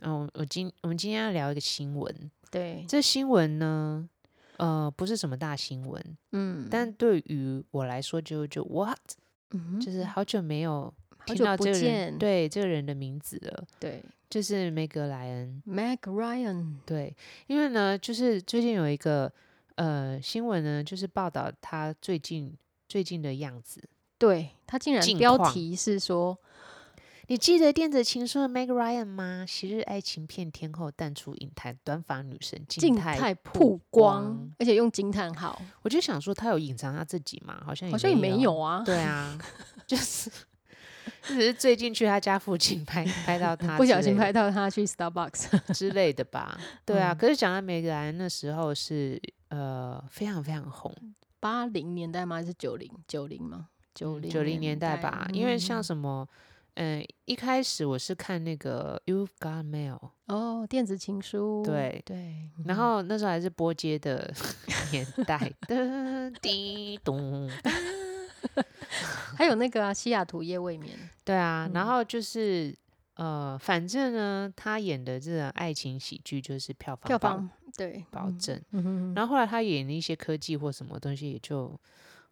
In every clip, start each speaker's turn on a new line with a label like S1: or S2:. S1: 嗯、我我今我们今天要聊一个新闻，
S2: 对，
S1: 嗯这新闻呢，呃，不是什么大新闻，
S2: 嗯，
S1: 但对于我来说就就 what，
S2: 嗯
S1: 就
S2: 哼
S1: 是好久没有
S2: 好
S1: 听
S2: 久
S1: 到
S2: 不
S1: 这个人
S2: 见
S1: 对这个人的名字了，
S2: 对
S1: 就是梅格莱恩。
S2: ，Mac Ryan，
S1: 对，因为呢，就是最近有一个呃新闻呢，就是报道他最近最近的样子。
S2: 对他竟然
S1: 近
S2: 标
S1: 况
S2: 题是说，
S1: 你记得电子情书的 Meg Ryan 吗？昔日爱情片天后淡出影坛，短发女神
S2: 静
S1: 态
S2: 态曝光，而且用惊叹号，
S1: 我就想说，她有隐藏她自己吗？好像
S2: 好像也哎没有
S1: 有。
S2: 啊，
S1: 对 啊，就是只是最近去她家附近拍拍到她，
S2: 不小心拍到他去 Starbucks，
S1: 之类的吧。对啊，
S2: 嗯
S1: 可是讲到梅格兰那时候是呃非常非常红，
S2: 八零年代吗？还是九零九零吗？九零
S1: 九零年代吧，因为像
S2: 嗯
S1: 什么，嗯，一开始我是看那个 You've Got Mail，
S2: 哦，电子情书，
S1: 对
S2: 对，嗯
S1: 然后那时候还是波街的 年代，噔滴咚，
S2: 还有那个啊，西雅图夜未眠，
S1: 对啊，然
S2: 嗯
S1: 后就是呃，反正呢，他演的这种爱情喜剧就是票房
S2: 票
S1: 保
S2: 房对
S1: 保，证，
S2: 嗯哼，
S1: 然后后来他演的一些科技或什么东西也就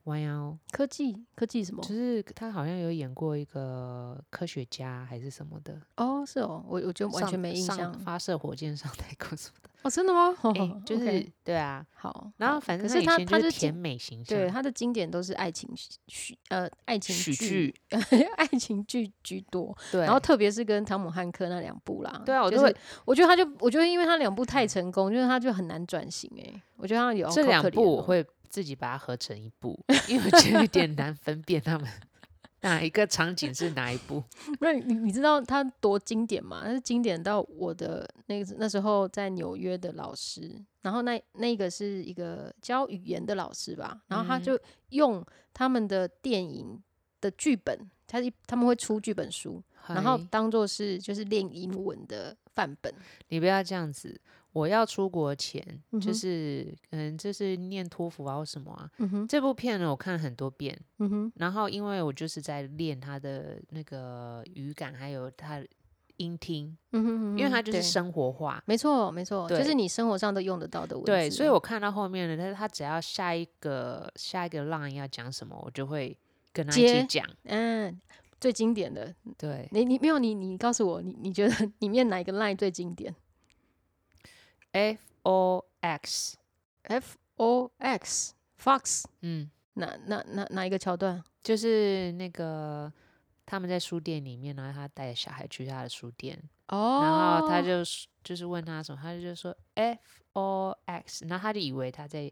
S1: 弯腰，
S2: 科技科技什么？
S1: 就是他好像有演过一个科学家还是什么的，
S2: 哦，是哦，我我就完
S1: 上
S2: 全没印
S1: 上
S2: 象。
S1: 发射火箭上太空什么的。
S2: 哦，真的吗？
S1: 哎、就
S2: OK，
S1: 是对啊。
S2: 好。
S1: 然
S2: 好
S1: 后反正
S2: 可是
S1: 以
S2: 他
S1: 前
S2: 他
S1: 就是
S2: 就
S1: 甜
S2: 经
S1: 美形象，
S2: 对他的经典都是爱情剧呃爱情
S1: 喜
S2: 剧
S1: 剧，
S2: 爱情剧居多，
S1: 对，
S2: 然后特别是跟汤姆汉克那两部啦。
S1: 对啊，我
S2: 就
S1: 都会嗯
S2: 是我觉得他就我觉得因为他两部太成功，就是他就很难转型哎、我觉得他有
S1: 这
S2: 好
S1: 两
S2: 可怜
S1: 部我
S2: 哦
S1: 会自己把它合成一部，因为我觉得有点难分辨他们 哪一个场景是哪一部。
S2: 那你你知道它多经典吗？它是经典到我的那个那时候在纽约的老师，然后那那个是一个教语言的老师吧，然后他
S1: 嗯
S2: 就用他们的电影的剧本，他一他们会出剧本书，然后
S1: 嗨
S2: 当做是就是练英文的范本。
S1: 你不要这样子，我要出国前，
S2: 嗯
S1: 就
S2: 哼
S1: 是嗯，就是念托福啊或什么啊。
S2: 嗯哼，
S1: 这部片呢，我看了很多遍，
S2: 嗯哼，
S1: 然后因为我就是在练他的那个语感，还有他的音听，
S2: 嗯哼，
S1: 因为他就是
S2: 对
S1: 生活化，
S2: 没错没错，就
S1: 对
S2: 是你生活上都用得到的文字。哦
S1: 对，所以我看到后面呢，但是他只要下一个下一个 line 要讲什么，我就会跟他一
S2: 接
S1: 起讲。
S2: 嗯。最经典的，
S1: 对，
S2: 你你没有你你告诉我，你你觉得 里面哪一个 line 最经典？
S1: f o x，
S2: F O X Fox
S1: 嗯，
S2: 哪哪哪哪一个桥段？
S1: 就是那个他们在书店里面，然后他带小孩去他的书店，
S2: 哦
S1: 然后他就是就是问他什么，他就说 f o x，然后他就以为他在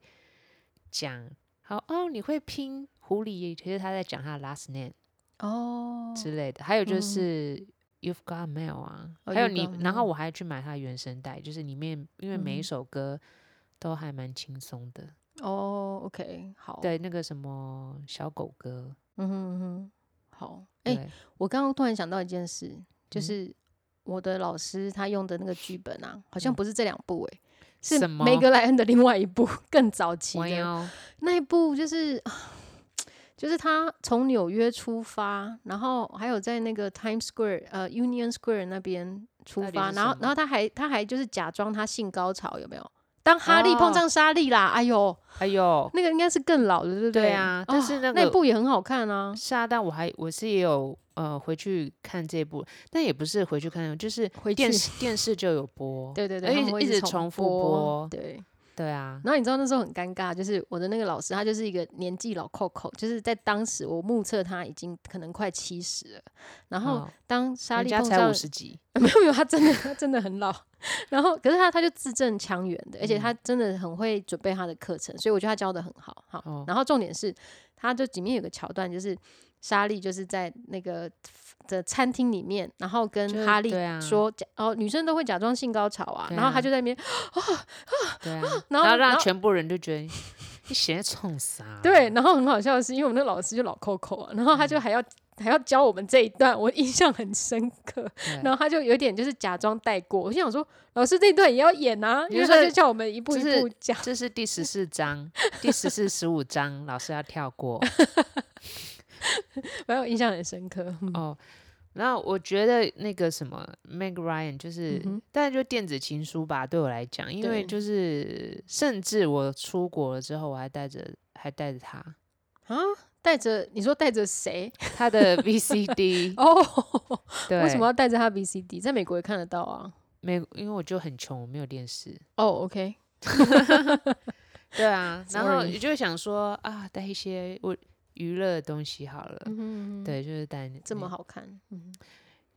S1: 讲，好哦，你会拼狐狸，其实他在讲他的 last name。
S2: 哦，
S1: 之类的。还有就
S2: 嗯
S1: 是 You've Got Mail 啊，
S2: 哦
S1: 还有
S2: ，You've
S1: 你
S2: Got，
S1: 然后
S2: Mail
S1: 我还去买它的原声带，就是里面因为每一
S2: 嗯
S1: 首歌都还蛮轻松的。
S2: 哦，OK，好，，
S1: 对，那个什么小狗歌，
S2: 嗯哼嗯哼，好。哎、
S1: 对，嗯
S2: 我刚刚突然想到一件事，就是我的老师他用的那个剧本啊，好像
S1: 嗯
S2: 不是这两部、诶，是
S1: 什么
S2: 梅格莱恩的另外一部 更早期
S1: 弯
S2: 的
S1: 腰
S2: 那一部，就是。就是他从纽约出发，然后还有在那个 Times Square 呃 Union Square 那边出
S1: 到底
S2: 发，
S1: 是
S2: 然后
S1: 什么
S2: 然后他还他还就是假装他性高潮有没有？当哈利碰
S1: 哦
S2: 上莎莉啦，哎呦，
S1: 哎呦，
S2: 那个应该是更老的，对不
S1: 对
S2: 对
S1: 啊
S2: 哦
S1: 但是那
S2: 那
S1: 个
S2: 部也很好看啊。
S1: 是啊，但我还我是也有呃回去看这部，但也不是回去看，就是
S2: 回
S1: 电
S2: 去
S1: 视电视就有播，
S2: 对对对，
S1: 而
S2: 他
S1: 且
S2: 们会
S1: 一直
S2: 重
S1: 重复播，
S2: 对。
S1: 对啊，
S2: 然后你知道那时候很尴尬，就是我的那个老师，他就是一个年纪老扣扣，就是在当时我目测他已经可能快七十了。然后
S1: 哦
S2: 当莎
S1: 人
S2: 莉
S1: 家
S2: 碰
S1: 才
S2: 上
S1: 五，十几，
S2: 没有没有，他真的他真的很老。 然后可是他他就字正腔圆的，而且
S1: 嗯
S2: 他真的很会准备他的课程，所以我觉得他教的很好。好，
S1: 哦
S2: 然后重点是，他就里面有个桥段，就是莎莉就是在那个的餐厅里面，然后跟
S1: 就
S2: 哈利
S1: 对啊
S2: 说，假哦，女生都会假装性高潮啊，
S1: 对
S2: 然后他
S1: 啊
S2: 就在那边，
S1: 对 啊，
S2: 然后
S1: 后
S2: 然
S1: 让
S2: 后
S1: 全部人就觉得你你写在冲啥？
S2: 对，，然后很好笑的是，因为我们那老师就老扣扣啊，然后他
S1: 嗯
S2: 就还要、还要教我们这一段，我印象很深刻。
S1: 对
S2: 然后他就有点就是假装带过，我就想说，老师这一段也要演啊，
S1: 你
S2: 因为
S1: 就
S2: 他就
S1: 说
S2: 叫我们一步一
S1: 就是
S2: 步 讲。
S1: 这是第十四章，第十四、十五章，老师要跳过
S2: 反正我印象很深刻。嗯
S1: 哦。然后我觉得那个什么 Meg Ryan 就是
S2: 嗯，哼
S1: 当然就电子情书吧，对我来讲，因为
S2: 对
S1: 就是甚至我出国了之后，我还带着还带着他
S2: 啊， 带着你说带着谁？
S1: 他的 VCD，
S2: 哦，
S1: 对，
S2: 为什么要带着他 VCD？在美国也看得到啊。
S1: 没？因为我就很穷，我没有电视。
S2: 哦，OK，
S1: 对啊，然后
S2: Sorry
S1: 你就会想说啊，带一些我娱乐的东西好了。
S2: 嗯哼，
S1: 对，就是带那
S2: 这么
S1: 那
S2: 好看，嗯，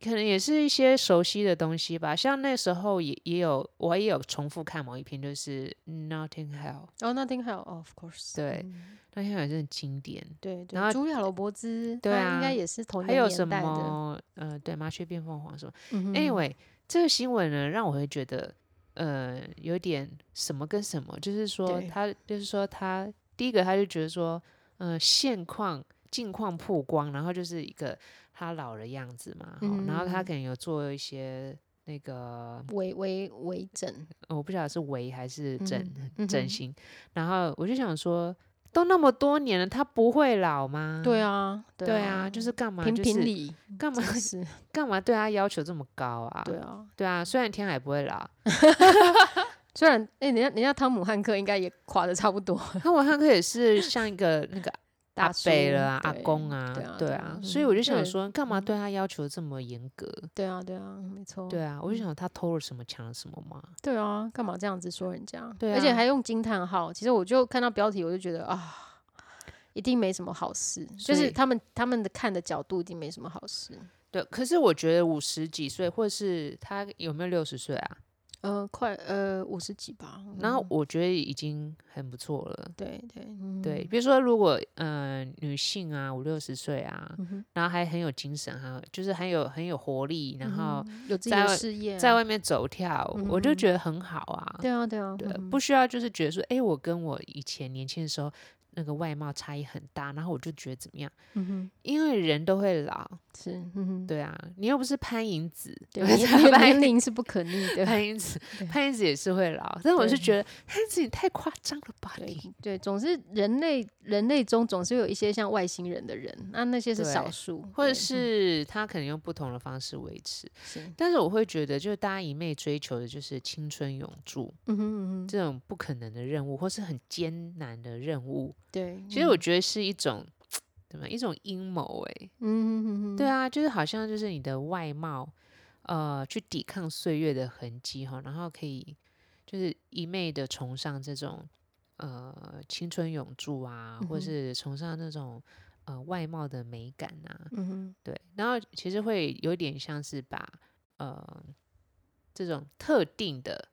S1: 可能也是一些熟悉的东西吧。像那时候也也有，我也有重复看某一篇，就是《Notting Hill》，
S2: 哦，Nothing Hell，of course，
S1: 对
S2: 嗯
S1: 那篇也真的经典。
S2: 对
S1: 然后
S2: 对，茱莉亚·罗伯兹，
S1: 对
S2: 她应
S1: 啊
S2: 该也是同一
S1: 还
S2: 个
S1: 有什
S2: 年代的。
S1: 么？呃，对，麻雀变凤凰什么、
S2: 嗯哼
S1: a n y w a y 这个新闻呢，让我会觉得，呃，有点什么跟什么，就是说
S2: 对
S1: 他，就是说他第一个他就觉得说，呃，现况近况曝光，然后就是一个他老的样子嘛，吼然后他
S2: 嗯
S1: 可能有做一些那个呃
S2: 微微微整，
S1: 我不晓得是围还是整、
S2: 嗯
S1: 整
S2: 哼
S1: 形，然后我就想说，都那么多年了，他不会老吗？
S2: 对，啊，
S1: 对啊，就是干嘛
S2: 评
S1: 就
S2: 评
S1: 是
S2: 理，
S1: 干嘛
S2: 真是
S1: 干嘛对他要求这么高啊？
S2: 对啊。
S1: 对啊，虽然天海不会老，
S2: 虽然哎，人家人家汤姆汉克应该也垮的差不 多，
S1: 那我汉克也是像一个 那个
S2: 大
S1: 阿
S2: 叔
S1: 伯了啊，阿
S2: 对
S1: 公啊
S2: 对啊，
S1: 对
S2: 对啊，
S1: 啊所以我就
S2: 嗯
S1: 想
S2: 对
S1: 说，干嘛对他要求这么严格？
S2: 对啊，对啊，没错，
S1: 对啊，我就想他偷了什么抢了什么嘛？
S2: 对啊，干嘛这样子说人家？
S1: 对
S2: 而且
S1: 啊
S2: 还用惊叹号。其实我就看到标题，我就觉得啊，一定没什么好事，就
S1: 所
S2: 是
S1: 以
S2: 他们他们的看的角度一定没什么好事。
S1: 对，可是我觉得五十几岁，或是他有没有六十岁啊？
S2: 呃，快呃五十几吧，
S1: 然后
S2: 嗯
S1: 我觉得已经很不错了。
S2: 对对嗯
S1: 对，比如说，如果呃女性啊，五六十岁啊，
S2: 嗯哼
S1: 然后还很有精神，还有就是很有很有活力，然后
S2: 嗯有自己
S1: 在
S2: 的
S1: 外
S2: 事业啊，
S1: 在外面走跳，我就
S2: 嗯
S1: 觉得很好啊。
S2: 对啊对啊，
S1: 对
S2: 嗯
S1: 不需要就是觉得说，哎、我跟我以前年轻的时候那个外貌差异很大，然后我就觉得怎么样？
S2: 嗯哼
S1: 因为人都会老，
S2: 是，嗯哼，
S1: 对啊，你又不是潘迎紫，
S2: 对，
S1: 不
S2: 你
S1: 是
S2: 你的
S1: 潘
S2: 年
S1: 迎
S2: 龄是不可逆 的。
S1: 潘迎紫
S2: 对，
S1: 潘迎紫也是会老，但我是
S2: 对
S1: 觉得潘迎紫你太夸张了吧
S2: 对
S1: 你。
S2: 对，总是人类人类中总是有一些像外星人的人，那那些是
S1: 对
S2: 少数，
S1: 或
S2: 对
S1: 者
S2: 嗯
S1: 是他可能用不同的方式维持，
S2: 是
S1: 但是我会觉得，就是大家一昧追求的就是青春永驻
S2: 嗯哼嗯哼，
S1: 这种不可能的任务，或是很艰难的任务。
S2: 对，
S1: 其实我
S2: 嗯
S1: 觉得是一种怎么样一种阴谋诶、
S2: 嗯哼嗯哼，
S1: 对，啊，就是好像就是你的外貌，呃，去抵抗岁月的痕迹哈，然后可以就是一昧的崇尚这种呃青春永驻啊，或
S2: 嗯哼
S1: 是崇尚那种呃外貌的美感啊，
S2: 嗯哼
S1: 对，然后其实会有点像是把呃这种特定的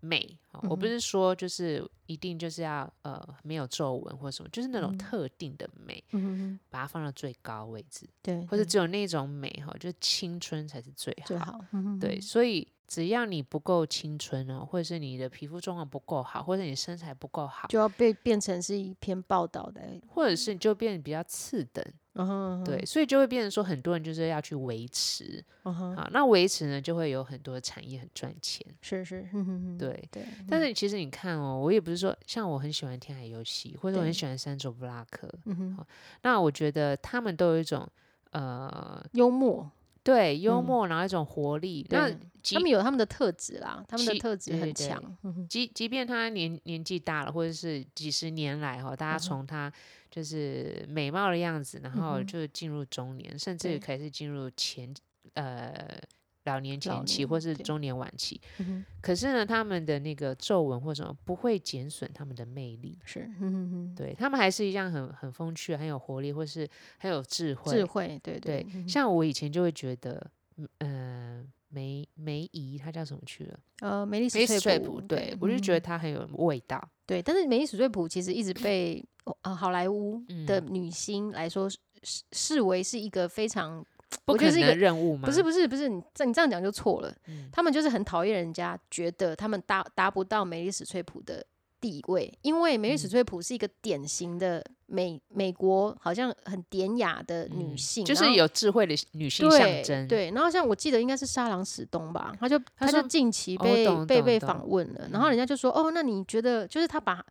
S1: 美，哦我不
S2: 嗯哼
S1: 是说就是一定就是要呃没有皱纹或什么，就是那种
S2: 嗯
S1: 特定的美，
S2: 嗯哼嗯哼，
S1: 把它放到最高位置，
S2: 对，
S1: 或
S2: 对
S1: 者只有那种美哈，就是青春才是最好。
S2: 最好，嗯哼
S1: 对，，所以只要你不够青春哦，或者是你的皮肤状况不够好，或者你身材不够好，
S2: 就要被变成是一篇报道的，
S1: 或者是你就变得比较次等，
S2: 嗯哼，
S1: 对，所以就会变成说很多人就是要去维持，
S2: 嗯哼，嗯哼
S1: 好，那维持呢就会有很多产业很赚钱，
S2: 是是，嗯哼哼，
S1: 对。
S2: 对，
S1: 但
S2: 嗯
S1: 是其实你看哦，我也不是说像我很喜欢天海游戏，或者我很
S2: 对
S1: 喜欢山卓布拉克，
S2: 嗯哼
S1: 好那我觉得他们都有一种呃，
S2: 幽默，
S1: 对幽
S2: 嗯
S1: 默，然后一种活力。那
S2: 对
S1: 即
S2: 他们有他们的特质啦，他们的
S1: 其
S2: 特质
S1: 对
S2: 很
S1: 对
S2: 强，嗯哼
S1: 即即便他年年纪大了，或者是几十年来哈，大家
S2: 嗯哼
S1: 从他就是美貌的样子，然
S2: 嗯
S1: 后
S2: 哼
S1: 就进入中年，甚
S2: 对
S1: 至开始进入前呃老年
S2: 老
S1: 前期或
S2: 年
S1: 是
S2: 对
S1: 中年晚期。
S2: 嗯哼，
S1: 可是呢，他们的那个皱纹或什么不会减损他们的魅力，
S2: 是，嗯哼哼，
S1: 对他们还是一样很很风趣、很有活力，或是很有智慧。
S2: 智慧，对
S1: 对，
S2: 嗯哼
S1: 像我以前就会觉得，嗯呃，梅梅姨她叫什么去了？
S2: 呃，梅丽史
S1: 梅斯
S2: 翠
S1: 翠
S2: 普，
S1: 普，对我就觉得
S2: 嗯
S1: 她很有味道。
S2: 对，但是梅丽史翠普其实一直被哦呃好莱坞
S1: 嗯
S2: 的女星来说是视视为是一个非常
S1: 不
S2: 我
S1: 可
S2: 就是一
S1: 能
S2: 个
S1: 任务吗？
S2: 不是不是不是，你这你这样讲就错了。
S1: 嗯
S2: 他们就是很讨厌人家觉得他们达达不到梅里史翠普的地位，因为梅里史
S1: 嗯
S2: 翠普是一个典型的美美国好像很典雅的女
S1: 嗯
S2: 性，
S1: 就
S2: 然
S1: 是
S2: 后
S1: 有智慧的女性象
S2: 对
S1: 征，，
S2: 对，然后像我记得应该是沙朗史东吧，他就
S1: 他
S2: 他就
S1: 说
S2: 近期
S1: 哦
S2: 被、
S1: 懂
S2: 被
S1: 懂
S2: 被
S1: 懂
S2: 访问了，然后
S1: 嗯
S2: 人家就说哦，那你觉得就是他把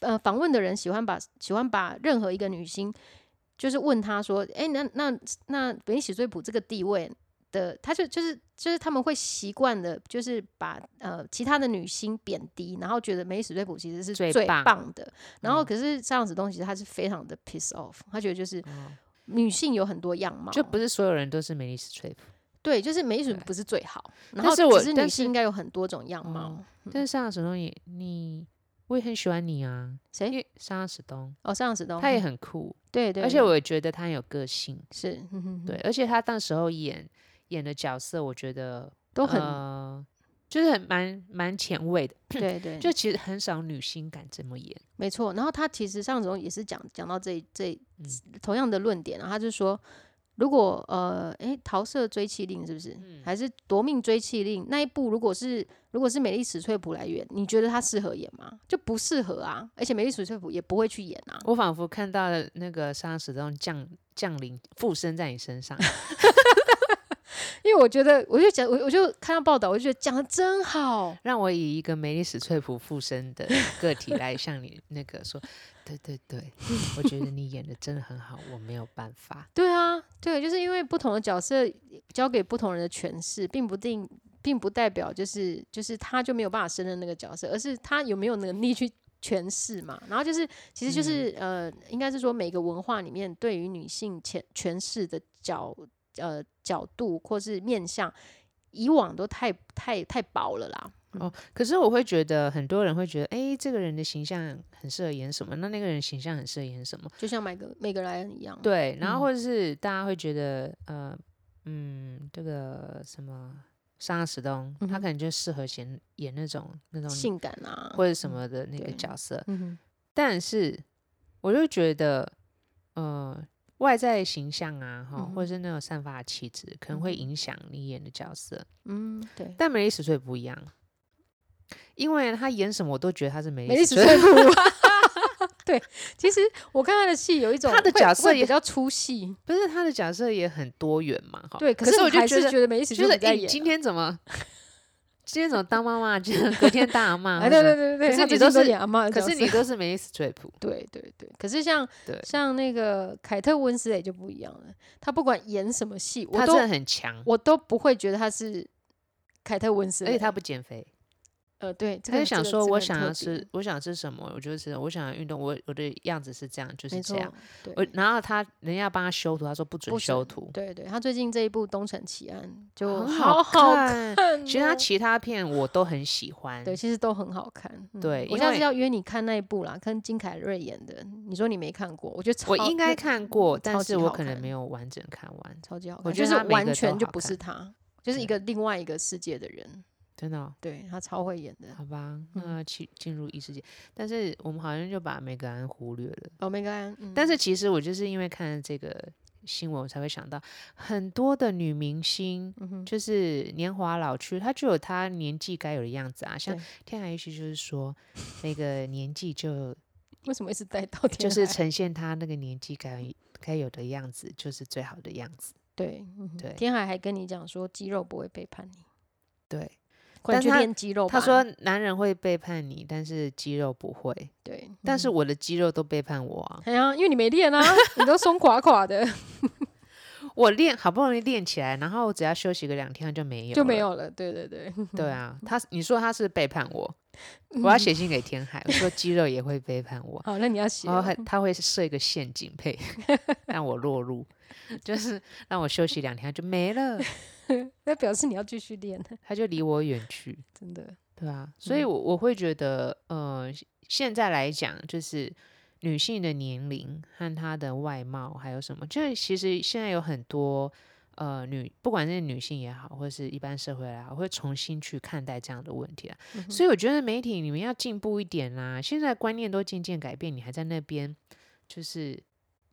S2: 呃访问的人喜欢把喜欢把任何一个女星，就是问他说，哎、那那那梅喜追普这个地位的，他就就是就是他们会习惯的，就是把呃其他的女星贬低，然后觉得梅喜追普其实是
S1: 最
S2: 最
S1: 棒
S2: 棒的，然后
S1: 嗯
S2: 可是沙朗史东其实他是非常的 piss off，他觉得就是
S1: 哦
S2: 女性有很多样貌，
S1: 就不是所有人都是梅丽史翠普。
S2: 对，就是美准
S1: 对
S2: 不是最好，然
S1: 但
S2: 后
S1: 是我
S2: 只是
S1: 但
S2: 女
S1: 是
S2: 性应该有很多种样貌
S1: 哦。但是上史东也，你我也很喜欢你啊，因
S2: 谁？
S1: 为上史东
S2: 哦，上子东，
S1: 他也很酷，
S2: 对对，
S1: 而且我也觉得他很有个性，
S2: 是嗯哼
S1: 对，而且他当时候演演的角色，我觉得
S2: 都很
S1: 呃就是很蛮蛮前卫的，
S2: 对对，嗯
S1: 就其实很少女星敢这么演，
S2: 没错。然后他其实上子东也是讲讲到这一这一
S1: 嗯
S2: 同样的论点，然后他就说，如果呃，诶，桃色追妻令是不是？
S1: 嗯
S2: 还是夺命追妻令那一部？如果是如果是美丽史翠普来演，你觉得她适合演吗？就不适合啊，而且美丽史翠普也不会去演啊。
S1: 我仿佛看到了那个上史东降降临附身在你 身上，
S2: 因为我觉得，我就讲，我我就看到报道，我就觉得讲的真好。
S1: 让我以一个梅丽史翠普附身 的个体来向你那个说，对对对，我觉得你演的真的很好，我没有办 法。
S2: 对啊，对，就是因为不同的角色交给不同人的诠释，并不定，并不代表就是就是他就没有办法胜任那个角色，而是他有没有能力去诠释嘛。然后就是，其实就是、呃，应该是说每个文化里面对于女性诠诠释的角呃角度或是面向，以往都太太太薄了啦。
S1: 哦，可是我会觉得很多人会觉得，哎，这个人的形象很适合演什么，那那个人形象很适合演什么，
S2: 就像每个每个人一样，
S1: 对，然
S2: 嗯
S1: 后或者是大家会觉得，呃，嗯，这个什么沙石东，
S2: 嗯
S1: 他
S2: 哼
S1: 可能就适合演演那种那种
S2: 性感啊，
S1: 或者什么的那个
S2: 对
S1: 角色，
S2: 嗯哼，
S1: 但是我就觉得，呃，外在形象啊，哈、或者是那种散发的气质，可能会
S2: 嗯嗯哼
S1: 影响你演的角色。
S2: 嗯，对。
S1: 但美丽史翠不一样，因为她演什么我都觉得她是美
S2: 美
S1: 丽
S2: 丽
S1: 史
S2: 史
S1: 翠。
S2: 翠普。 对，其实我看他的戏有一种
S1: 她的
S2: 会
S1: 角色
S2: 会
S1: 也
S2: 比较出戏，
S1: 不是她的角色也很多元嘛，哈。
S2: 对。
S1: 可
S2: 可是
S1: 我
S2: 你
S1: 就
S2: 还
S1: 觉
S2: 是
S1: 得，
S2: 觉得美丽史
S1: 就
S2: 翠
S1: 是
S2: 普在
S1: 哎，
S2: 演
S1: 今
S2: 啊，
S1: 天 怎么，今天怎么当妈妈，今天隔天当阿 妈，
S2: 哎，
S1: 或者
S2: 对
S1: 什
S2: 对对
S1: 么
S2: 对，
S1: 啊可是
S2: 他
S1: 你
S2: 最
S1: 都
S2: 近
S1: 是
S2: 演阿妈的角
S1: 可
S2: 色，
S1: 是你都是美 丽史翠普，
S2: 对对对，可是像
S1: 对，
S2: 像那个凯特温斯雷就不一样了，他不管演什么戏，我
S1: 她
S2: 都
S1: 真的很强，
S2: 我都不会觉得他是凯特温斯
S1: 而
S2: 雷，
S1: 且她不减肥。
S2: 呃对，这
S1: 他
S2: 个
S1: 就
S2: 这
S1: 想
S2: 个
S1: 说，
S2: 这个
S1: 我
S2: 很
S1: 想
S2: 特
S1: 要
S2: 别
S1: 吃，，我想吃什么，我就吃什么。我想要运动，我我的样子是这样，就是
S2: 没
S1: 这
S2: 错
S1: 样。，我
S2: 对。
S1: 然后他人家帮他修图，他说不准
S2: 不
S1: 修
S2: 准
S1: 图，
S2: 对对，他最近这一部《东城奇案》就
S1: 很
S2: 好
S1: 好
S2: 看
S1: 看。
S2: 哦，
S1: 其实他其他片我都很喜欢，
S2: 对，其实都很好看。嗯
S1: 对
S2: 我
S1: 因
S2: 下
S1: 为
S2: 次要约你看那一部啦，跟金凯瑞演的。你说你没看过，我觉得超
S1: 我应该
S2: 那嗯
S1: 看过，但
S2: 超
S1: 是
S2: 级
S1: 我
S2: 好
S1: 可能
S2: 看
S1: 没有完整看完，
S2: 超级好
S1: 我
S2: 看，
S1: 觉
S2: 就
S1: 得
S2: 是
S1: 他每
S2: 完
S1: 个都
S2: 全就
S1: 好
S2: 不是他，就是一个另外一个世界的人。
S1: 真的哦、
S2: 对他超会演的。嗯
S1: 好吧，那去进入异世界，但是我们好像就把每个人忽略了。
S2: 哦，梅根，嗯
S1: 但是其实我就是因为看了这个新闻，我才会想到很多的女明星，
S2: 嗯哼
S1: 就是年华老去，她就有她年纪该有的样子啊。像
S2: 对
S1: 天海佑希就是说，那个年纪就
S2: 为什么一直带到 天
S1: 就是
S2: 海
S1: 呈现她那个年纪该该有的样子，就是最好的样子。
S2: 对嗯哼
S1: 对
S2: 天海还跟你讲说肌肉不会背叛你，
S1: 对，
S2: 快
S1: 但
S2: 去
S1: 他
S2: 练肌肉吧。
S1: 他说男人会背叛你，但是肌肉不会。
S2: 对，嗯
S1: 但是我的肌肉都背叛我啊！
S2: 哎呀，因为你没练啊，你都松垮垮的，
S1: 我练好不容易练起来，然后只要休息个两天就没有
S2: 就没
S1: 了。
S2: 有了。嗯对对对，
S1: 对啊，他你说他是背叛我，
S2: 嗯
S1: 我要写信给天海，我说肌肉也会背叛 我。
S2: 好，那你要写
S1: 然后
S2: 哦。
S1: 还他会设一个陷阱 配让我落入，就是让我休息两天就没了，
S2: 那表示你要继续练，
S1: 他就离我远去，
S2: 真的。
S1: 对啊，所以
S2: 嗯
S1: 我我会觉得，呃，现在来讲就是女性的年龄和她的外貌还有什么，就是其实现在有很多呃女，不管是女性也好，或是一般社会也好，会重新去看待这样的问题啊。
S2: 嗯
S1: 所以我觉得媒体你们要啊进步一点啦，现在观念都渐渐改变，你还在那边就是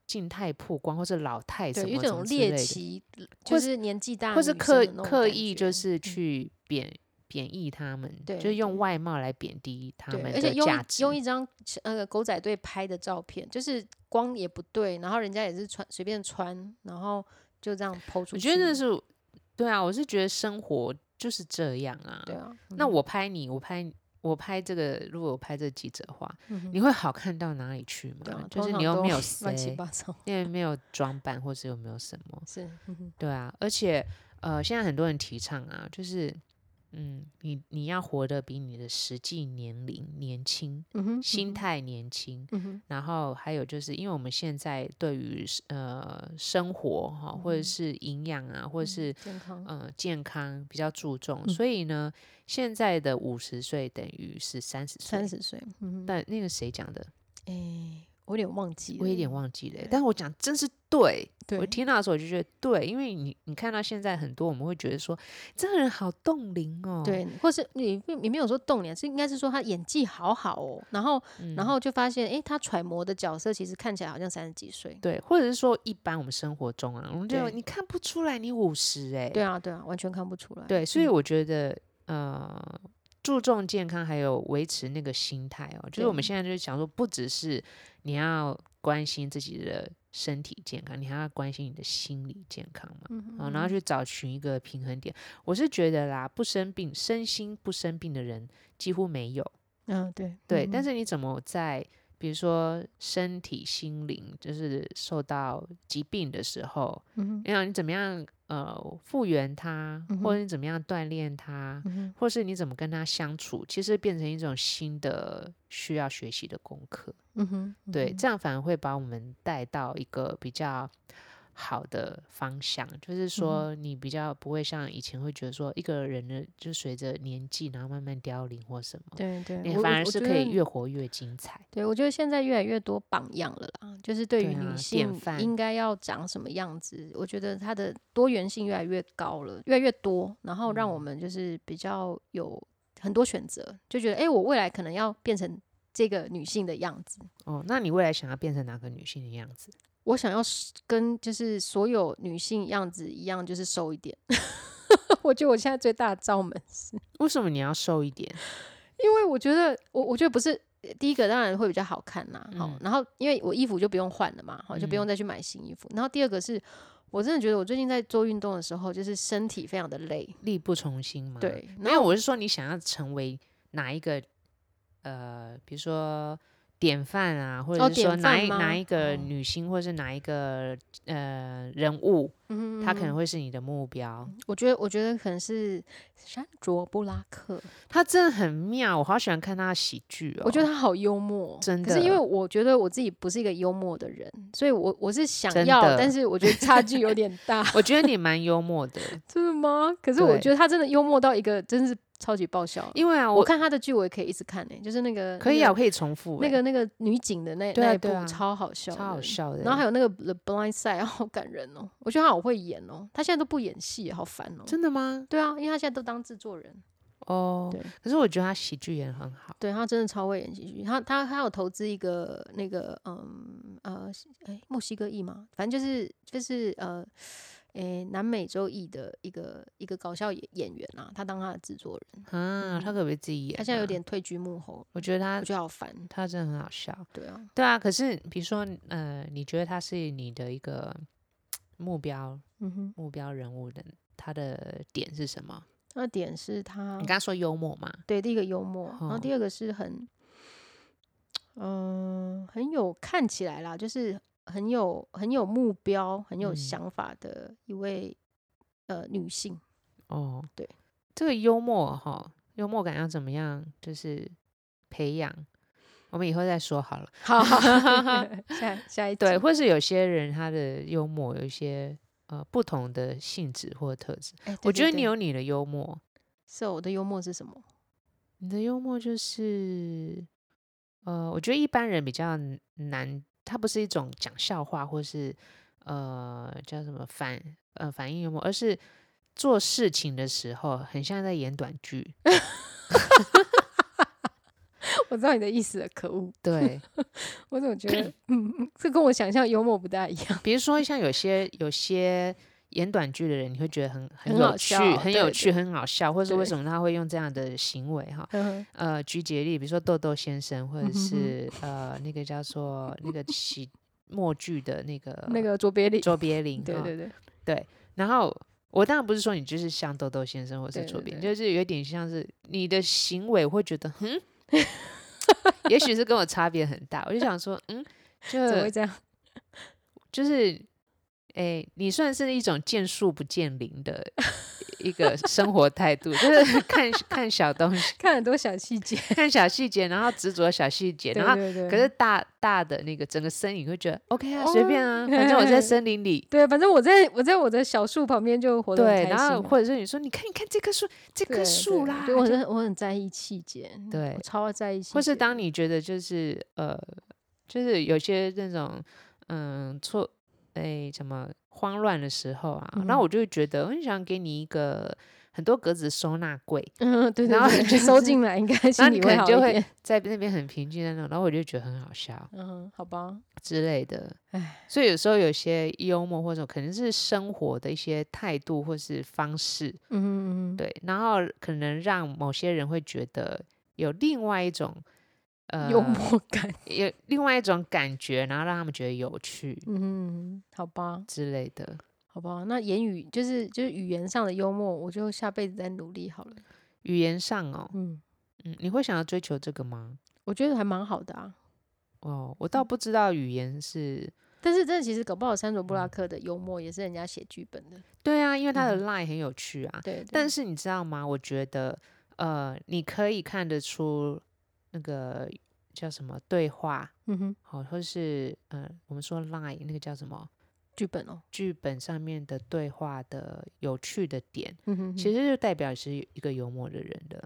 S1: 静态曝光或者老态什
S2: 对，
S1: 么
S2: 有
S1: 什
S2: 种
S1: 么之类
S2: 猎
S1: 的，
S2: 奇，
S1: 或
S2: 就是是年纪大
S1: 或是
S2: 女生的
S1: 刻
S2: 那种
S1: 刻
S2: 感
S1: 意
S2: 觉嗯
S1: 就是去贬贬义他们，
S2: 对
S1: 就是
S2: 对
S1: 用外貌来贬低他
S2: 对，
S1: 们
S2: 而且
S1: 的
S2: 用
S1: 价
S2: 一
S1: 值。
S2: 用一张那个狗仔队拍的照片，就是光也不对，然后人家也是穿随便穿，然后就这样抛出
S1: 我
S2: 去。
S1: 觉得那是对啊，我是觉得生活就是这样啊。
S2: 对啊，
S1: 那
S2: 嗯
S1: 我拍你，我拍我拍这个，如果我拍这记者的话，
S2: 嗯哼
S1: 你会好看到哪里去吗？
S2: 对啊，
S1: 就
S2: 通
S1: 是
S2: 常
S1: 你又
S2: 都
S1: 没有
S2: 乱七
S1: 谁
S2: 八糟，
S1: 因为没有装扮，或是又没有什么，
S2: 是嗯哼
S1: 对啊，而且呃，现在很多人提倡啊，就是嗯，你你要活得比你的实际年龄年轻，
S2: 嗯哼
S1: 心态年轻，
S2: 嗯哼
S1: 然后还有就是，因为我们现在对于呃生活哈、
S2: 嗯
S1: 或者是营养啊，或者是
S2: 健康，
S1: 呃健康比较注重，
S2: 嗯
S1: 所以呢，现在的五十岁等于是三十岁
S2: 三。十岁，嗯哼，
S1: 但那个谁讲的，
S2: 哎，我有点忘记了，
S1: 我有点忘记了欸，但我讲真是对，我
S2: 嗯对
S1: 听到的时候我就觉得对，因为你你看到现在很多我们会觉得说这个人好冻龄哦，
S2: 对，或是你并你没有说动脸，是应该是说他演技好好哦，然后
S1: 嗯，
S2: 然后就发现，哎，他揣摩的角色其实看起来好像三十几岁。
S1: 对，或者是说一般我们生活中啊，我们就
S2: 对
S1: 你看不出来你五十哎，
S2: 对啊，对啊，完全看不出来。
S1: 对，所以
S2: 嗯
S1: 我觉得呃注重健康还有维持那个心态哦，就是我们
S2: 对
S1: 现在就是想说，不只是你要关心自己的身体健康，你还要关心你的心理健康嘛。
S2: 嗯
S1: 啊，然后去找寻一个平衡点。我是觉得啦，不生病、身心不生病的人几乎没有。
S2: 嗯，对
S1: 对，
S2: 嗯
S1: 但
S2: 哼
S1: 是你怎么在比如说身体、心灵就是受到疾病的时候，
S2: 嗯哼
S1: 然后你怎么样呃复原它，
S2: 嗯
S1: 或
S2: 哼
S1: 者你怎么样锻炼它，
S2: 嗯哼
S1: 或是你怎么跟它相处，其实变成一种新的需要学习的功课。
S2: 嗯哼，嗯
S1: 对，
S2: 哼
S1: 这样反而会把我们带到一个比较好的方向，
S2: 嗯
S1: 就是说你比较不会像以前会觉得说一个人的就随着年纪然后慢慢凋零或什么，
S2: 对对，
S1: 你
S2: 我
S1: 反
S2: 我
S1: 而
S2: 我
S1: 是
S2: 觉
S1: 可
S2: 得
S1: 以越活越精彩。
S2: 对，我觉得现在越来越多榜样了啦，就是对
S1: 对
S2: 于
S1: 啊
S2: 女
S1: 典
S2: 性
S1: 范
S2: 应该要长什么样子，我觉得它的多元性越来越高了，越来越多，然后让我
S1: 嗯
S2: 们就是比较有很多选择，就觉得哎、诶我未来可能要变成这个女性的样子，
S1: 哦，那你未来想要变成哪个女性的样子？
S2: 我想要是跟就是所有女性样子一样，就是瘦一点。 我觉得我现在最大的罩门是，
S1: 为什么你要瘦一点？
S2: 因为我觉得我我觉得不是呃第一个，当然会比较好看啦，好、
S1: 嗯
S2: 然后因为我衣服就不用换了嘛，好就不用
S1: 嗯
S2: 再去买新衣服。然后第二个是我真的觉得我最近在做运动的时候，就是身体非常的累，
S1: 力不从心吗？，
S2: 对，
S1: 没有，我是说你想要成为哪一个呃，比如说典范啊，或
S2: 哦
S1: 者是说
S2: 典
S1: 哪
S2: 范
S1: 一、哪
S2: 吗
S1: 一个
S2: 哦
S1: 女星，或者是哪一个呃人物，
S2: 嗯
S1: 她可能会是你的目标。
S2: 我觉得我觉得可能是山卓布拉克，
S1: 她真的很妙，我好喜欢看她的喜剧哦。
S2: 我觉得他好幽默，
S1: 真
S2: 可是因为
S1: 的
S2: 我觉得我自己不是一个幽默的人，所以我我是想
S1: 真
S2: 要，
S1: 的
S2: 但是我觉得差距有点
S1: 。
S2: 大
S1: 我觉得你蛮幽默的，
S2: 真的吗？可是我
S1: 对
S2: 觉得他真的幽默到一个，真是超级爆 笑。
S1: 因为啊，
S2: 我
S1: 我
S2: 看他的剧，我也可以一直看呢、欸就是那个
S1: 可以
S2: 那
S1: 啊，
S2: 个
S1: 我可以重复欸、
S2: 那个那个女警的那
S1: 对啊
S2: 那一部
S1: 对啊
S2: 超好笑，
S1: 超好。笑的欸，
S2: 然后还有那个《The Blind Side》，好感人哦！我觉得他好会演哦，他现在都不演戏，好烦哦。
S1: 真的吗？
S2: 对啊，因为他现在都当制作人，
S1: 哦
S2: 对，
S1: 可是我觉得她喜剧演得很好。
S2: 对他真的超会演戏剧。他他他有投资一个那个嗯呃哎墨西哥裔嘛，反正就是就是呃诶南美洲裔的一个一个搞笑演演员啊，他当他的制作人，
S1: 啊，他可不可以自己演、啊？
S2: 嗯他现在有，点退居幕后，
S1: 我觉得他
S2: 我觉得好烦。
S1: 他真的很好笑。
S2: 对啊，
S1: 对啊，可是比如说，呃，你觉得他是你的一个目标
S2: 嗯哼，
S1: 目标人物的，他的点是什么？
S2: 那点是他
S1: 你刚刚说幽默嘛？
S2: 对第一个幽默，然
S1: 哦
S2: 后第二个是很嗯、很有看起来啦，就是很有很有目标、很有
S1: 嗯
S2: 想法的一位、呃女性。
S1: 哦，
S2: 对，
S1: 这个幽默哈、幽默感要怎么样？就是培养，我们以后再说好了。
S2: 好， 下下一
S1: 对，
S2: 集，
S1: 或是有些人他的幽默有一些呃不同的性质或特质。
S2: 哎对
S1: 我
S2: 对
S1: 觉得你
S2: 对
S1: 有你的幽默，
S2: 是哦我的幽默是什么？
S1: 你的幽默就是，呃，我觉得一般人比较难，它不是一种讲笑话或是呃叫什么反呃反应幽默，而是做事情的时候很像在演短剧。
S2: 我知道你的意思了，可恶！
S1: 对，
S2: 我总觉 得，嗯，嗯这跟我想象幽默不大一样。
S1: 比如说像有些有些演短剧的人，你会觉得很很
S2: 很
S1: 有
S2: 好
S1: 趣、
S2: 笑
S1: 很
S2: 对
S1: 有
S2: 对
S1: 趣、很好笑，或者是
S2: 对
S1: 为什么他会用这样的行为哈？
S2: 嗯
S1: 呃，举几个例，比如说豆豆先生，或
S2: 嗯
S1: 者
S2: 哼哼
S1: 是、呃那个叫做那个喜默剧的那个
S2: 那个呃卓别啊林，
S1: 卓别林，
S2: 对
S1: 哈
S2: 对对，
S1: 然后我当然不是说你就是像豆豆先生或是
S2: 对
S1: 卓
S2: 对
S1: 别，
S2: 对
S1: 就是有点像是你的行为会觉得， 嗯，也许是跟我差别很大。我就想说，嗯，
S2: 怎么
S1: 就
S2: 会这样？
S1: 就是，哎、你算是一种见树不见林 的一个生活态度，就是看看小东西，
S2: 看很多小细节，
S1: 看小细节，然后执着小细节，
S2: 对
S1: 然后。
S2: 对对。
S1: 可是大大的那个整个身影会觉得 OK 啊，随便
S2: 哦
S1: 啊，反正 我在森林里，
S2: 对，反正我在我在我的小树旁边就活得很
S1: 对，
S2: 开心
S1: 然
S2: 啊。
S1: 后或者是你说，你看，你看这棵树，这棵
S2: 对
S1: 树啦，
S2: 对对我
S1: 就
S2: 很我很在意细节，
S1: 对
S2: 我超在意细节的。
S1: 或是当你觉得就是呃，就是有些那种嗯错哎什么慌乱的时候啊，那、
S2: 嗯
S1: 我就会觉得我很想给你一个很多格子收纳柜，
S2: 嗯，对对
S1: 然后
S2: 对，
S1: 就
S2: 收
S1: 是
S2: 进来 应该
S1: 然后
S2: 心
S1: 你
S2: 里
S1: 可能
S2: 好
S1: 就
S2: 一
S1: 会
S2: 点。
S1: 在那边很平静的那种，然后我就觉得很好笑
S2: 嗯，好吧，
S1: 之类的。
S2: 唉，
S1: 所以有时候有些幽默或者可能是生活的一些态度或是方式，
S2: 嗯，嗯嗯
S1: 对，然后可能让某些人会觉得有另外一种。呃，
S2: 幽默感，
S1: 有另外一种感觉，然后让他们觉得有趣
S2: 嗯，好吧，
S1: 之类的。
S2: 好吧，那言语就是就是语言上的幽默，我就下辈子再努力好了。
S1: 语言上哦，
S2: 嗯，
S1: 嗯，你会想要追求这个吗？
S2: 我觉得还蛮好的啊。
S1: 哦，我
S2: 嗯
S1: 倒不知道语言是，
S2: 但是这其实搞不好山卓布
S1: 嗯
S2: 拉克的幽默也是人家写剧本的，
S1: 对啊，因为他的 line 很有趣啊。
S2: 嗯对，
S1: 但
S2: 是
S1: 是你知道吗？我觉得，呃，你可以看得出那个叫什么对话，
S2: 嗯哼，
S1: 好、或是嗯、呃我们说 line 那个叫什么
S2: 剧本哦，
S1: 剧本上面的对话的有趣的点，
S2: 嗯哼，
S1: 其实就代表是一个幽默的人的。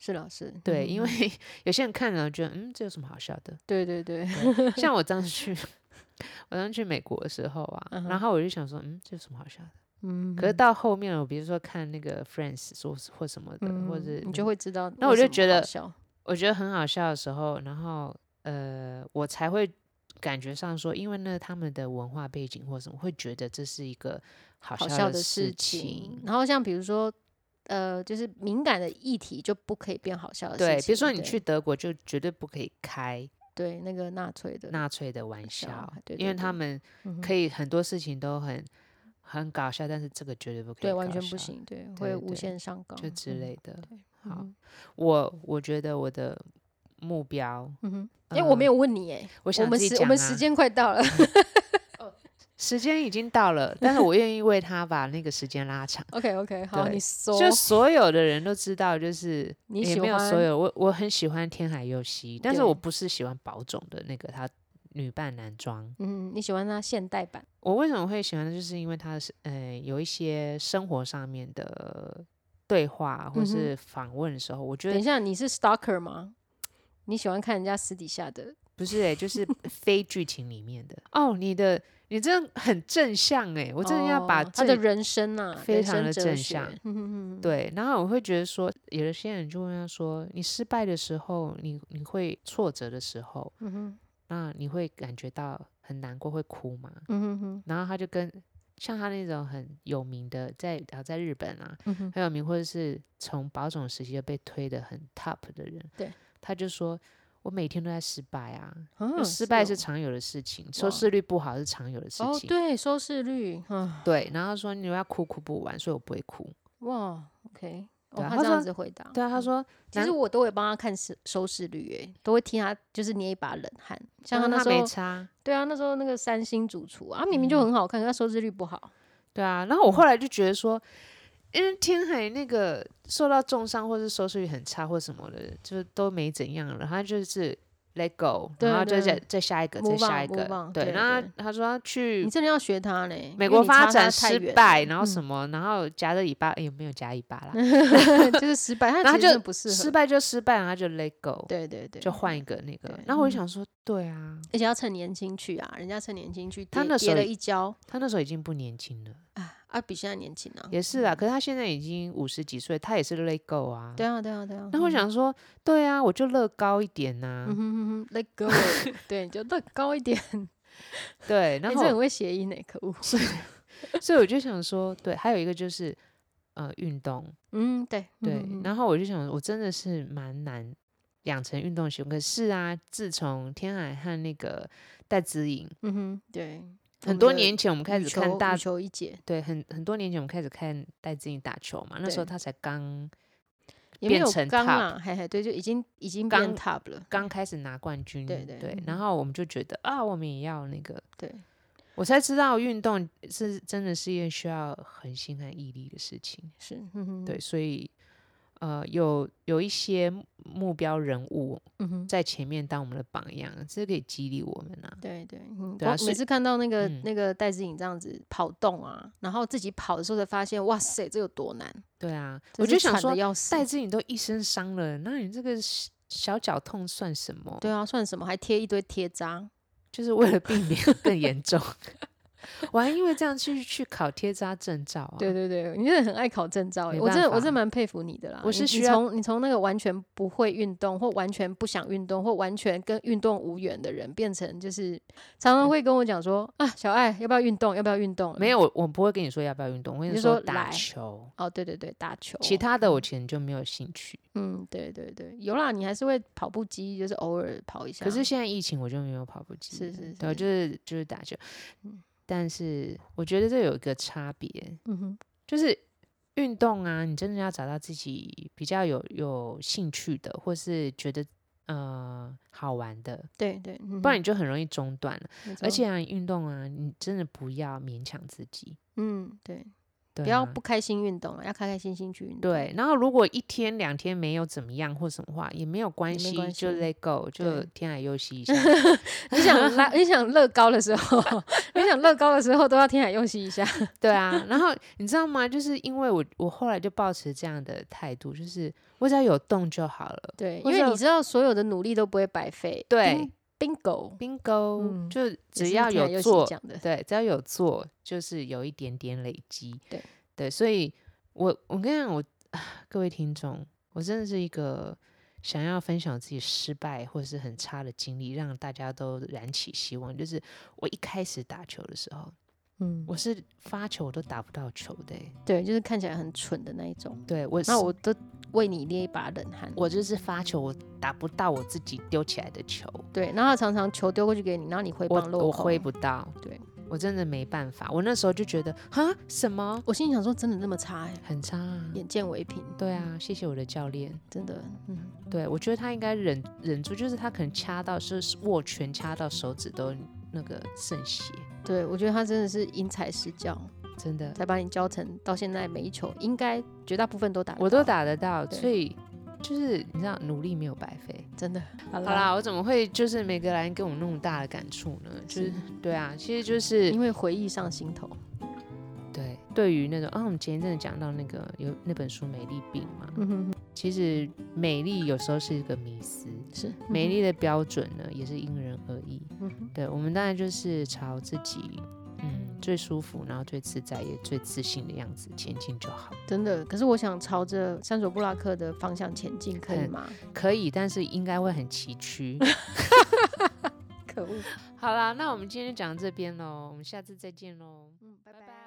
S2: 是老师，
S1: 对，
S2: 嗯
S1: 因
S2: 嗯
S1: 为有些人看了觉得，嗯，这有什么好笑的？
S2: 对对对，
S1: 对像我当时去， 我当时去美国的时候啊，
S2: 嗯哼
S1: 然后我就想说，嗯，这有什么好笑的？
S2: 嗯，
S1: 可是到后面，我比如说看那个 Friends 说或什么的，或
S2: 嗯
S1: 者
S2: 你就会知道为什么好笑，
S1: 那我就觉得我觉得很好笑的时候，然后呃，我才会感觉上说，因为呢，他们的文化背景或什么，会觉得这是一个好
S2: 好
S1: 笑
S2: 笑的
S1: 事
S2: 事
S1: 情。
S2: 然后像比如说，呃，就是敏感的议题就不可以变好笑的事情。
S1: 对，比如说你
S2: 对
S1: 去德国，就绝对不可以开
S2: 对那个纳粹的，
S1: 纳粹的玩
S2: 笑
S1: 笑，
S2: 对
S1: 因为
S2: 对
S1: 他
S2: 对
S1: 们
S2: 嗯哼
S1: 可以很多事情都很很搞笑，但是这个绝对不可以，
S2: 对完全不，行，对，
S1: 对
S2: 会无
S1: 对
S2: 限上纲
S1: 就之
S2: 嗯
S1: 类的。
S2: 嗯
S1: 好
S2: 哼，
S1: 我我觉得我的目标，
S2: 嗯哼，哎，我没有问你，哎，
S1: 我想
S2: 我们
S1: 自己
S2: 时
S1: 讲、啊、
S2: 我们时间快 到了，。
S1: 时间已经到了，但是我愿意为他把那个时间拉长
S2: OK OK，好，
S1: 对
S2: 你 说，
S1: 就所有的人都知道，就是
S2: 你
S1: 也
S2: 喜
S1: 没有所
S2: 欢
S1: 有，我我很喜欢天海佑希，但是
S2: 对
S1: 我不是喜欢宝冢的那个他女扮男装。
S2: 嗯，你喜欢他现代版，
S1: 我为什么会喜欢呢？就是因为他是呃有一些生活上面的对话
S2: 嗯
S1: 或
S2: 哼
S1: 是访问的时候，我觉
S2: 等一
S1: 得
S2: 下，你是 stalker 吗？你喜欢看人家私底下的，
S1: 不是哎、 就是非剧情里面的哦。你的你真的很正向哎、我真的要把
S2: 哦他的
S1: 正
S2: 人生呐，
S1: 非
S2: 人
S1: 常
S2: 生
S1: 的
S2: 哲
S1: 正
S2: 学
S1: 向
S2: 嗯哼哼，
S1: 对，然后我会觉得说，有一些人就问他说，你失败的时候，你你会挫折的时候，
S2: 嗯哼，
S1: 那你会感觉到很难过，会哭吗？
S2: 嗯哼哼，
S1: 然后他就跟像他那种很有名的，在啊在日本啊
S2: 嗯哼。
S1: 很有名，或者是从保种时期就被推的很 top 的人，
S2: 对，
S1: 他就说。我每天都在失败啊，因为
S2: 啊
S1: 失败
S2: 哦
S1: 是常有的事情，收
S2: 哇
S1: 视率不好是常有的事
S2: 哦，
S1: 情。
S2: 对，收视率，啊，
S1: 对，然后说你要哭哭不完，所以我不会哭。
S2: 哇，OK，哦，
S1: 对啊
S2: 他
S1: 他
S2: 这样
S1: 说
S2: 子回答，
S1: 对啊，他
S2: 嗯，
S1: 说
S2: 其实我都会帮他看收收视率，诶，都会替他就是捏一把冷汗，像
S1: 他
S2: 那
S1: 嗯他
S2: 时
S1: 没嗯
S2: 候，
S1: 差，
S2: 对啊，那时候那个三星主厨啊，明明就很好看，可他收视率不好，
S1: 对啊，然后我后来就觉得说，因为天海那个受到重伤或是收视率很差或什么的，就都没怎样了，他就是 let go，
S2: 对
S1: 然后就
S2: 对
S1: 再再下一个，再
S2: Move
S1: 下
S2: on，
S1: 一个
S2: move on，，对
S1: 然后
S2: 对
S1: 他说他去
S2: 你真的要学他嘞，
S1: 嗯美
S2: 因为
S1: 国
S2: 你
S1: 发
S2: 差
S1: 展
S2: 他太
S1: 失
S2: 远了
S1: 败，然后
S2: 嗯
S1: 什么，然后夹着尾巴，哎，没有夹尾巴啦，
S2: 就是失败，他
S1: 然
S2: 其
S1: 后他
S2: 实
S1: 就
S2: 真的不适合，
S1: 失，败就失败，然后就 let go，
S2: 对对对，
S1: 就换一个那个
S2: 对，
S1: 然后我就
S2: 嗯
S1: 想说，对啊，
S2: 而且要趁年轻去啊，人家趁年轻去跌，
S1: 他那时
S2: 跌
S1: 候
S2: 了
S1: 已
S2: 一跤
S1: 他那时候已经不年轻了，
S2: 啊，啊，比现在年轻啊。
S1: 也是啦。可是他现在已经五十几岁，他也是 let go 啊。
S2: 对啊，对啊，对啊。
S1: 然后我想说，对啊，我就乐高一点呐、
S2: 嗯哼哼哼，let go，对， 你就 let 高一点。
S1: 对，
S2: 你
S1: 然
S2: 哎这很
S1: 后
S2: 会谐音呢，欸可恶。
S1: 所以我就想说，对，还有一个就是呃运动，
S2: 嗯，对
S1: 对。
S2: 嗯嗯嗯
S1: 然后我就想，我真的是蛮难养成运动的习惯。可是啊，自从天海和那个戴子颖，
S2: 嗯哼，对。我
S1: 很
S2: 们
S1: 多
S2: 的
S1: 年前我们开
S2: 羽
S1: 始看
S2: 球
S1: 大
S2: 羽球一姐，
S1: 对，很很多年前我们开始看戴资颖打球嘛，那时候
S2: 对
S1: 他才刚
S2: 也没
S1: 变
S2: 有
S1: 成
S2: 刚
S1: top
S2: 啊，嘿嘿，对，就已经已经变
S1: 刚
S2: top 了。
S1: 刚开始拿冠军，
S2: 对对嗯
S1: 然后我们就觉得啊，我们也要那个，
S2: 对，
S1: 我才知道运动是真的是一件需要恒心和毅力的事情，
S2: 是，嗯哼，
S1: 对，，所以呃，有有一些目标人物
S2: 嗯哼，
S1: 在前面当我们的榜样，这可以激励我们啊，
S2: 对对，嗯，
S1: 对啊
S2: 光
S1: 所
S2: 每
S1: 以
S2: 次看到那个、
S1: 嗯
S2: 那个戴志颖这样子跑动啊，然后自己跑的时候才发现，哇塞，这有多难！
S1: 对啊，
S2: 真
S1: 我
S2: 是
S1: 就想
S2: 惨得
S1: 说，
S2: 要死
S1: 戴。资颖都一身伤了，那你这个小小脚痛算什么？
S2: 对啊，算什么？还贴一堆贴扎，
S1: 就是为了避免更严重。 我还因为这样去去考贴扎证照啊，
S2: 对对对，你真的很爱考证照欸，
S1: 没
S2: 我真的我
S1: 办
S2: 真的
S1: 法
S2: 蛮佩服你的啦。
S1: 我是
S2: 你
S1: 需
S2: 你
S1: 要
S2: 从你从那个完全不会运动，或完全不想运动，或完全跟运动无缘的人，变成就是常常会跟我讲说、啊，小爱要不要运动？要不要运动？
S1: 没有我我不会跟你说要不要运动，我跟
S2: 你就
S1: 说
S2: 说
S1: 打
S2: 来嗯
S1: 球，
S2: 哦，对对对，打球。
S1: 其他的我其实就没有兴趣。
S2: 嗯，对对对，有啦，你还是会跑步机，就是偶尔跑一下。
S1: 可是现在疫情我就没有跑步机
S2: 是
S1: 了，
S2: 是嗯
S1: 对，啊
S2: 是
S1: 就是就是打球。但是我觉得这有一个差别，
S2: 嗯哼，
S1: 就是运动啊，你真的要找到自己比较有有兴趣的，或是觉得呃好玩的，
S2: 对对，嗯
S1: 不然
S2: 哼
S1: 你就很容易中断了。
S2: 没错
S1: 而且啊，运动啊，你真的不要勉强自己。
S2: 嗯，对，
S1: 对
S2: 不要
S1: 啊
S2: 不开心运动啊，要开开心心去运动。
S1: 对，，然后如果一天两天没有怎么样或什么话，也没有关
S2: 也没
S1: 系，
S2: 关
S1: 就
S2: 系
S1: let go，就
S2: 对
S1: 天海休息一下。
S2: 你想拉，你想乐高的时候， 你想乐高的时候都要天海用息一下。
S1: 对啊，然后你知道吗？就是因为我我后来就保持这样的态度，就是我只要有动就好了。
S2: 对，
S1: 或
S2: 因
S1: 者
S2: 为你知道所有的努力都不会白费。
S1: 对
S2: 冰，bingo，
S1: Bingo，、
S2: 嗯
S1: 就
S2: 也
S1: 只
S2: 是
S1: 要
S2: 天海
S1: 有
S2: 佑希
S1: 做，
S2: 讲的，
S1: 对，只要有做，就是有一点点累积。
S2: 对
S1: 对，所以我我跟你讲，我各位听众，我真的是一个想要分享自己失败或是很差的经历，让大家都燃起希望。就是我一开始打球的时候，
S2: 嗯，
S1: 我是发球我都打不到球的欸、
S2: 对，就是看起来很蠢的那一种。
S1: 对我是，
S2: 那啊我都为你捏一把冷汗。
S1: 我就是发球我打不到我自己丢起来的球，
S2: 对，然后常常球丢过去给你，然后你挥
S1: 我
S2: 棒落
S1: 我
S2: 空
S1: 挥不到。
S2: 对，
S1: 我真的没办法。我那时候就觉得，哈，什么
S2: 我心里想说，真的那么差哎、
S1: 很差、啊。
S2: 眼见为凭，
S1: 对啊，谢谢我的教练。
S2: 真的，嗯，
S1: 对，我觉得他应该忍忍住，就是他可能掐到，就是握拳掐到手指都那个渗血，
S2: 对我觉得他真的是因材施教，
S1: 真的，
S2: 才把你教成到现在每一球应该绝大部分都打得到，
S1: 我都打得到，
S2: 对
S1: 所以就是你知道，努力没有白费。
S2: 真的。好
S1: 好啦，我怎么会就是梅格兰给我那么大的感触呢？就是
S2: 是
S1: 对啊，其实就是
S2: 因为回忆上心头，
S1: 对对于那种啊，我们前一阵子讲到那个有那本书《美丽病》嘛，
S2: 嗯哼哼，
S1: 其实美丽有时候是一个迷思，
S2: 是
S1: 美，丽的标准呢也是因人而异。
S2: 嗯哼
S1: 对，我们当然就是朝自己嗯最舒服，然后最自在也最自信的样子前进就好。
S2: 真的。可是我想朝着山索布拉克的方向前进，可以
S1: 嗯
S2: 吗？
S1: 可以，但是应该会很崎岖。
S2: 可恶，
S1: 好啦，那我们今天就讲到这边喽，我们下次再见喽。
S2: 嗯，拜
S1: 拜拜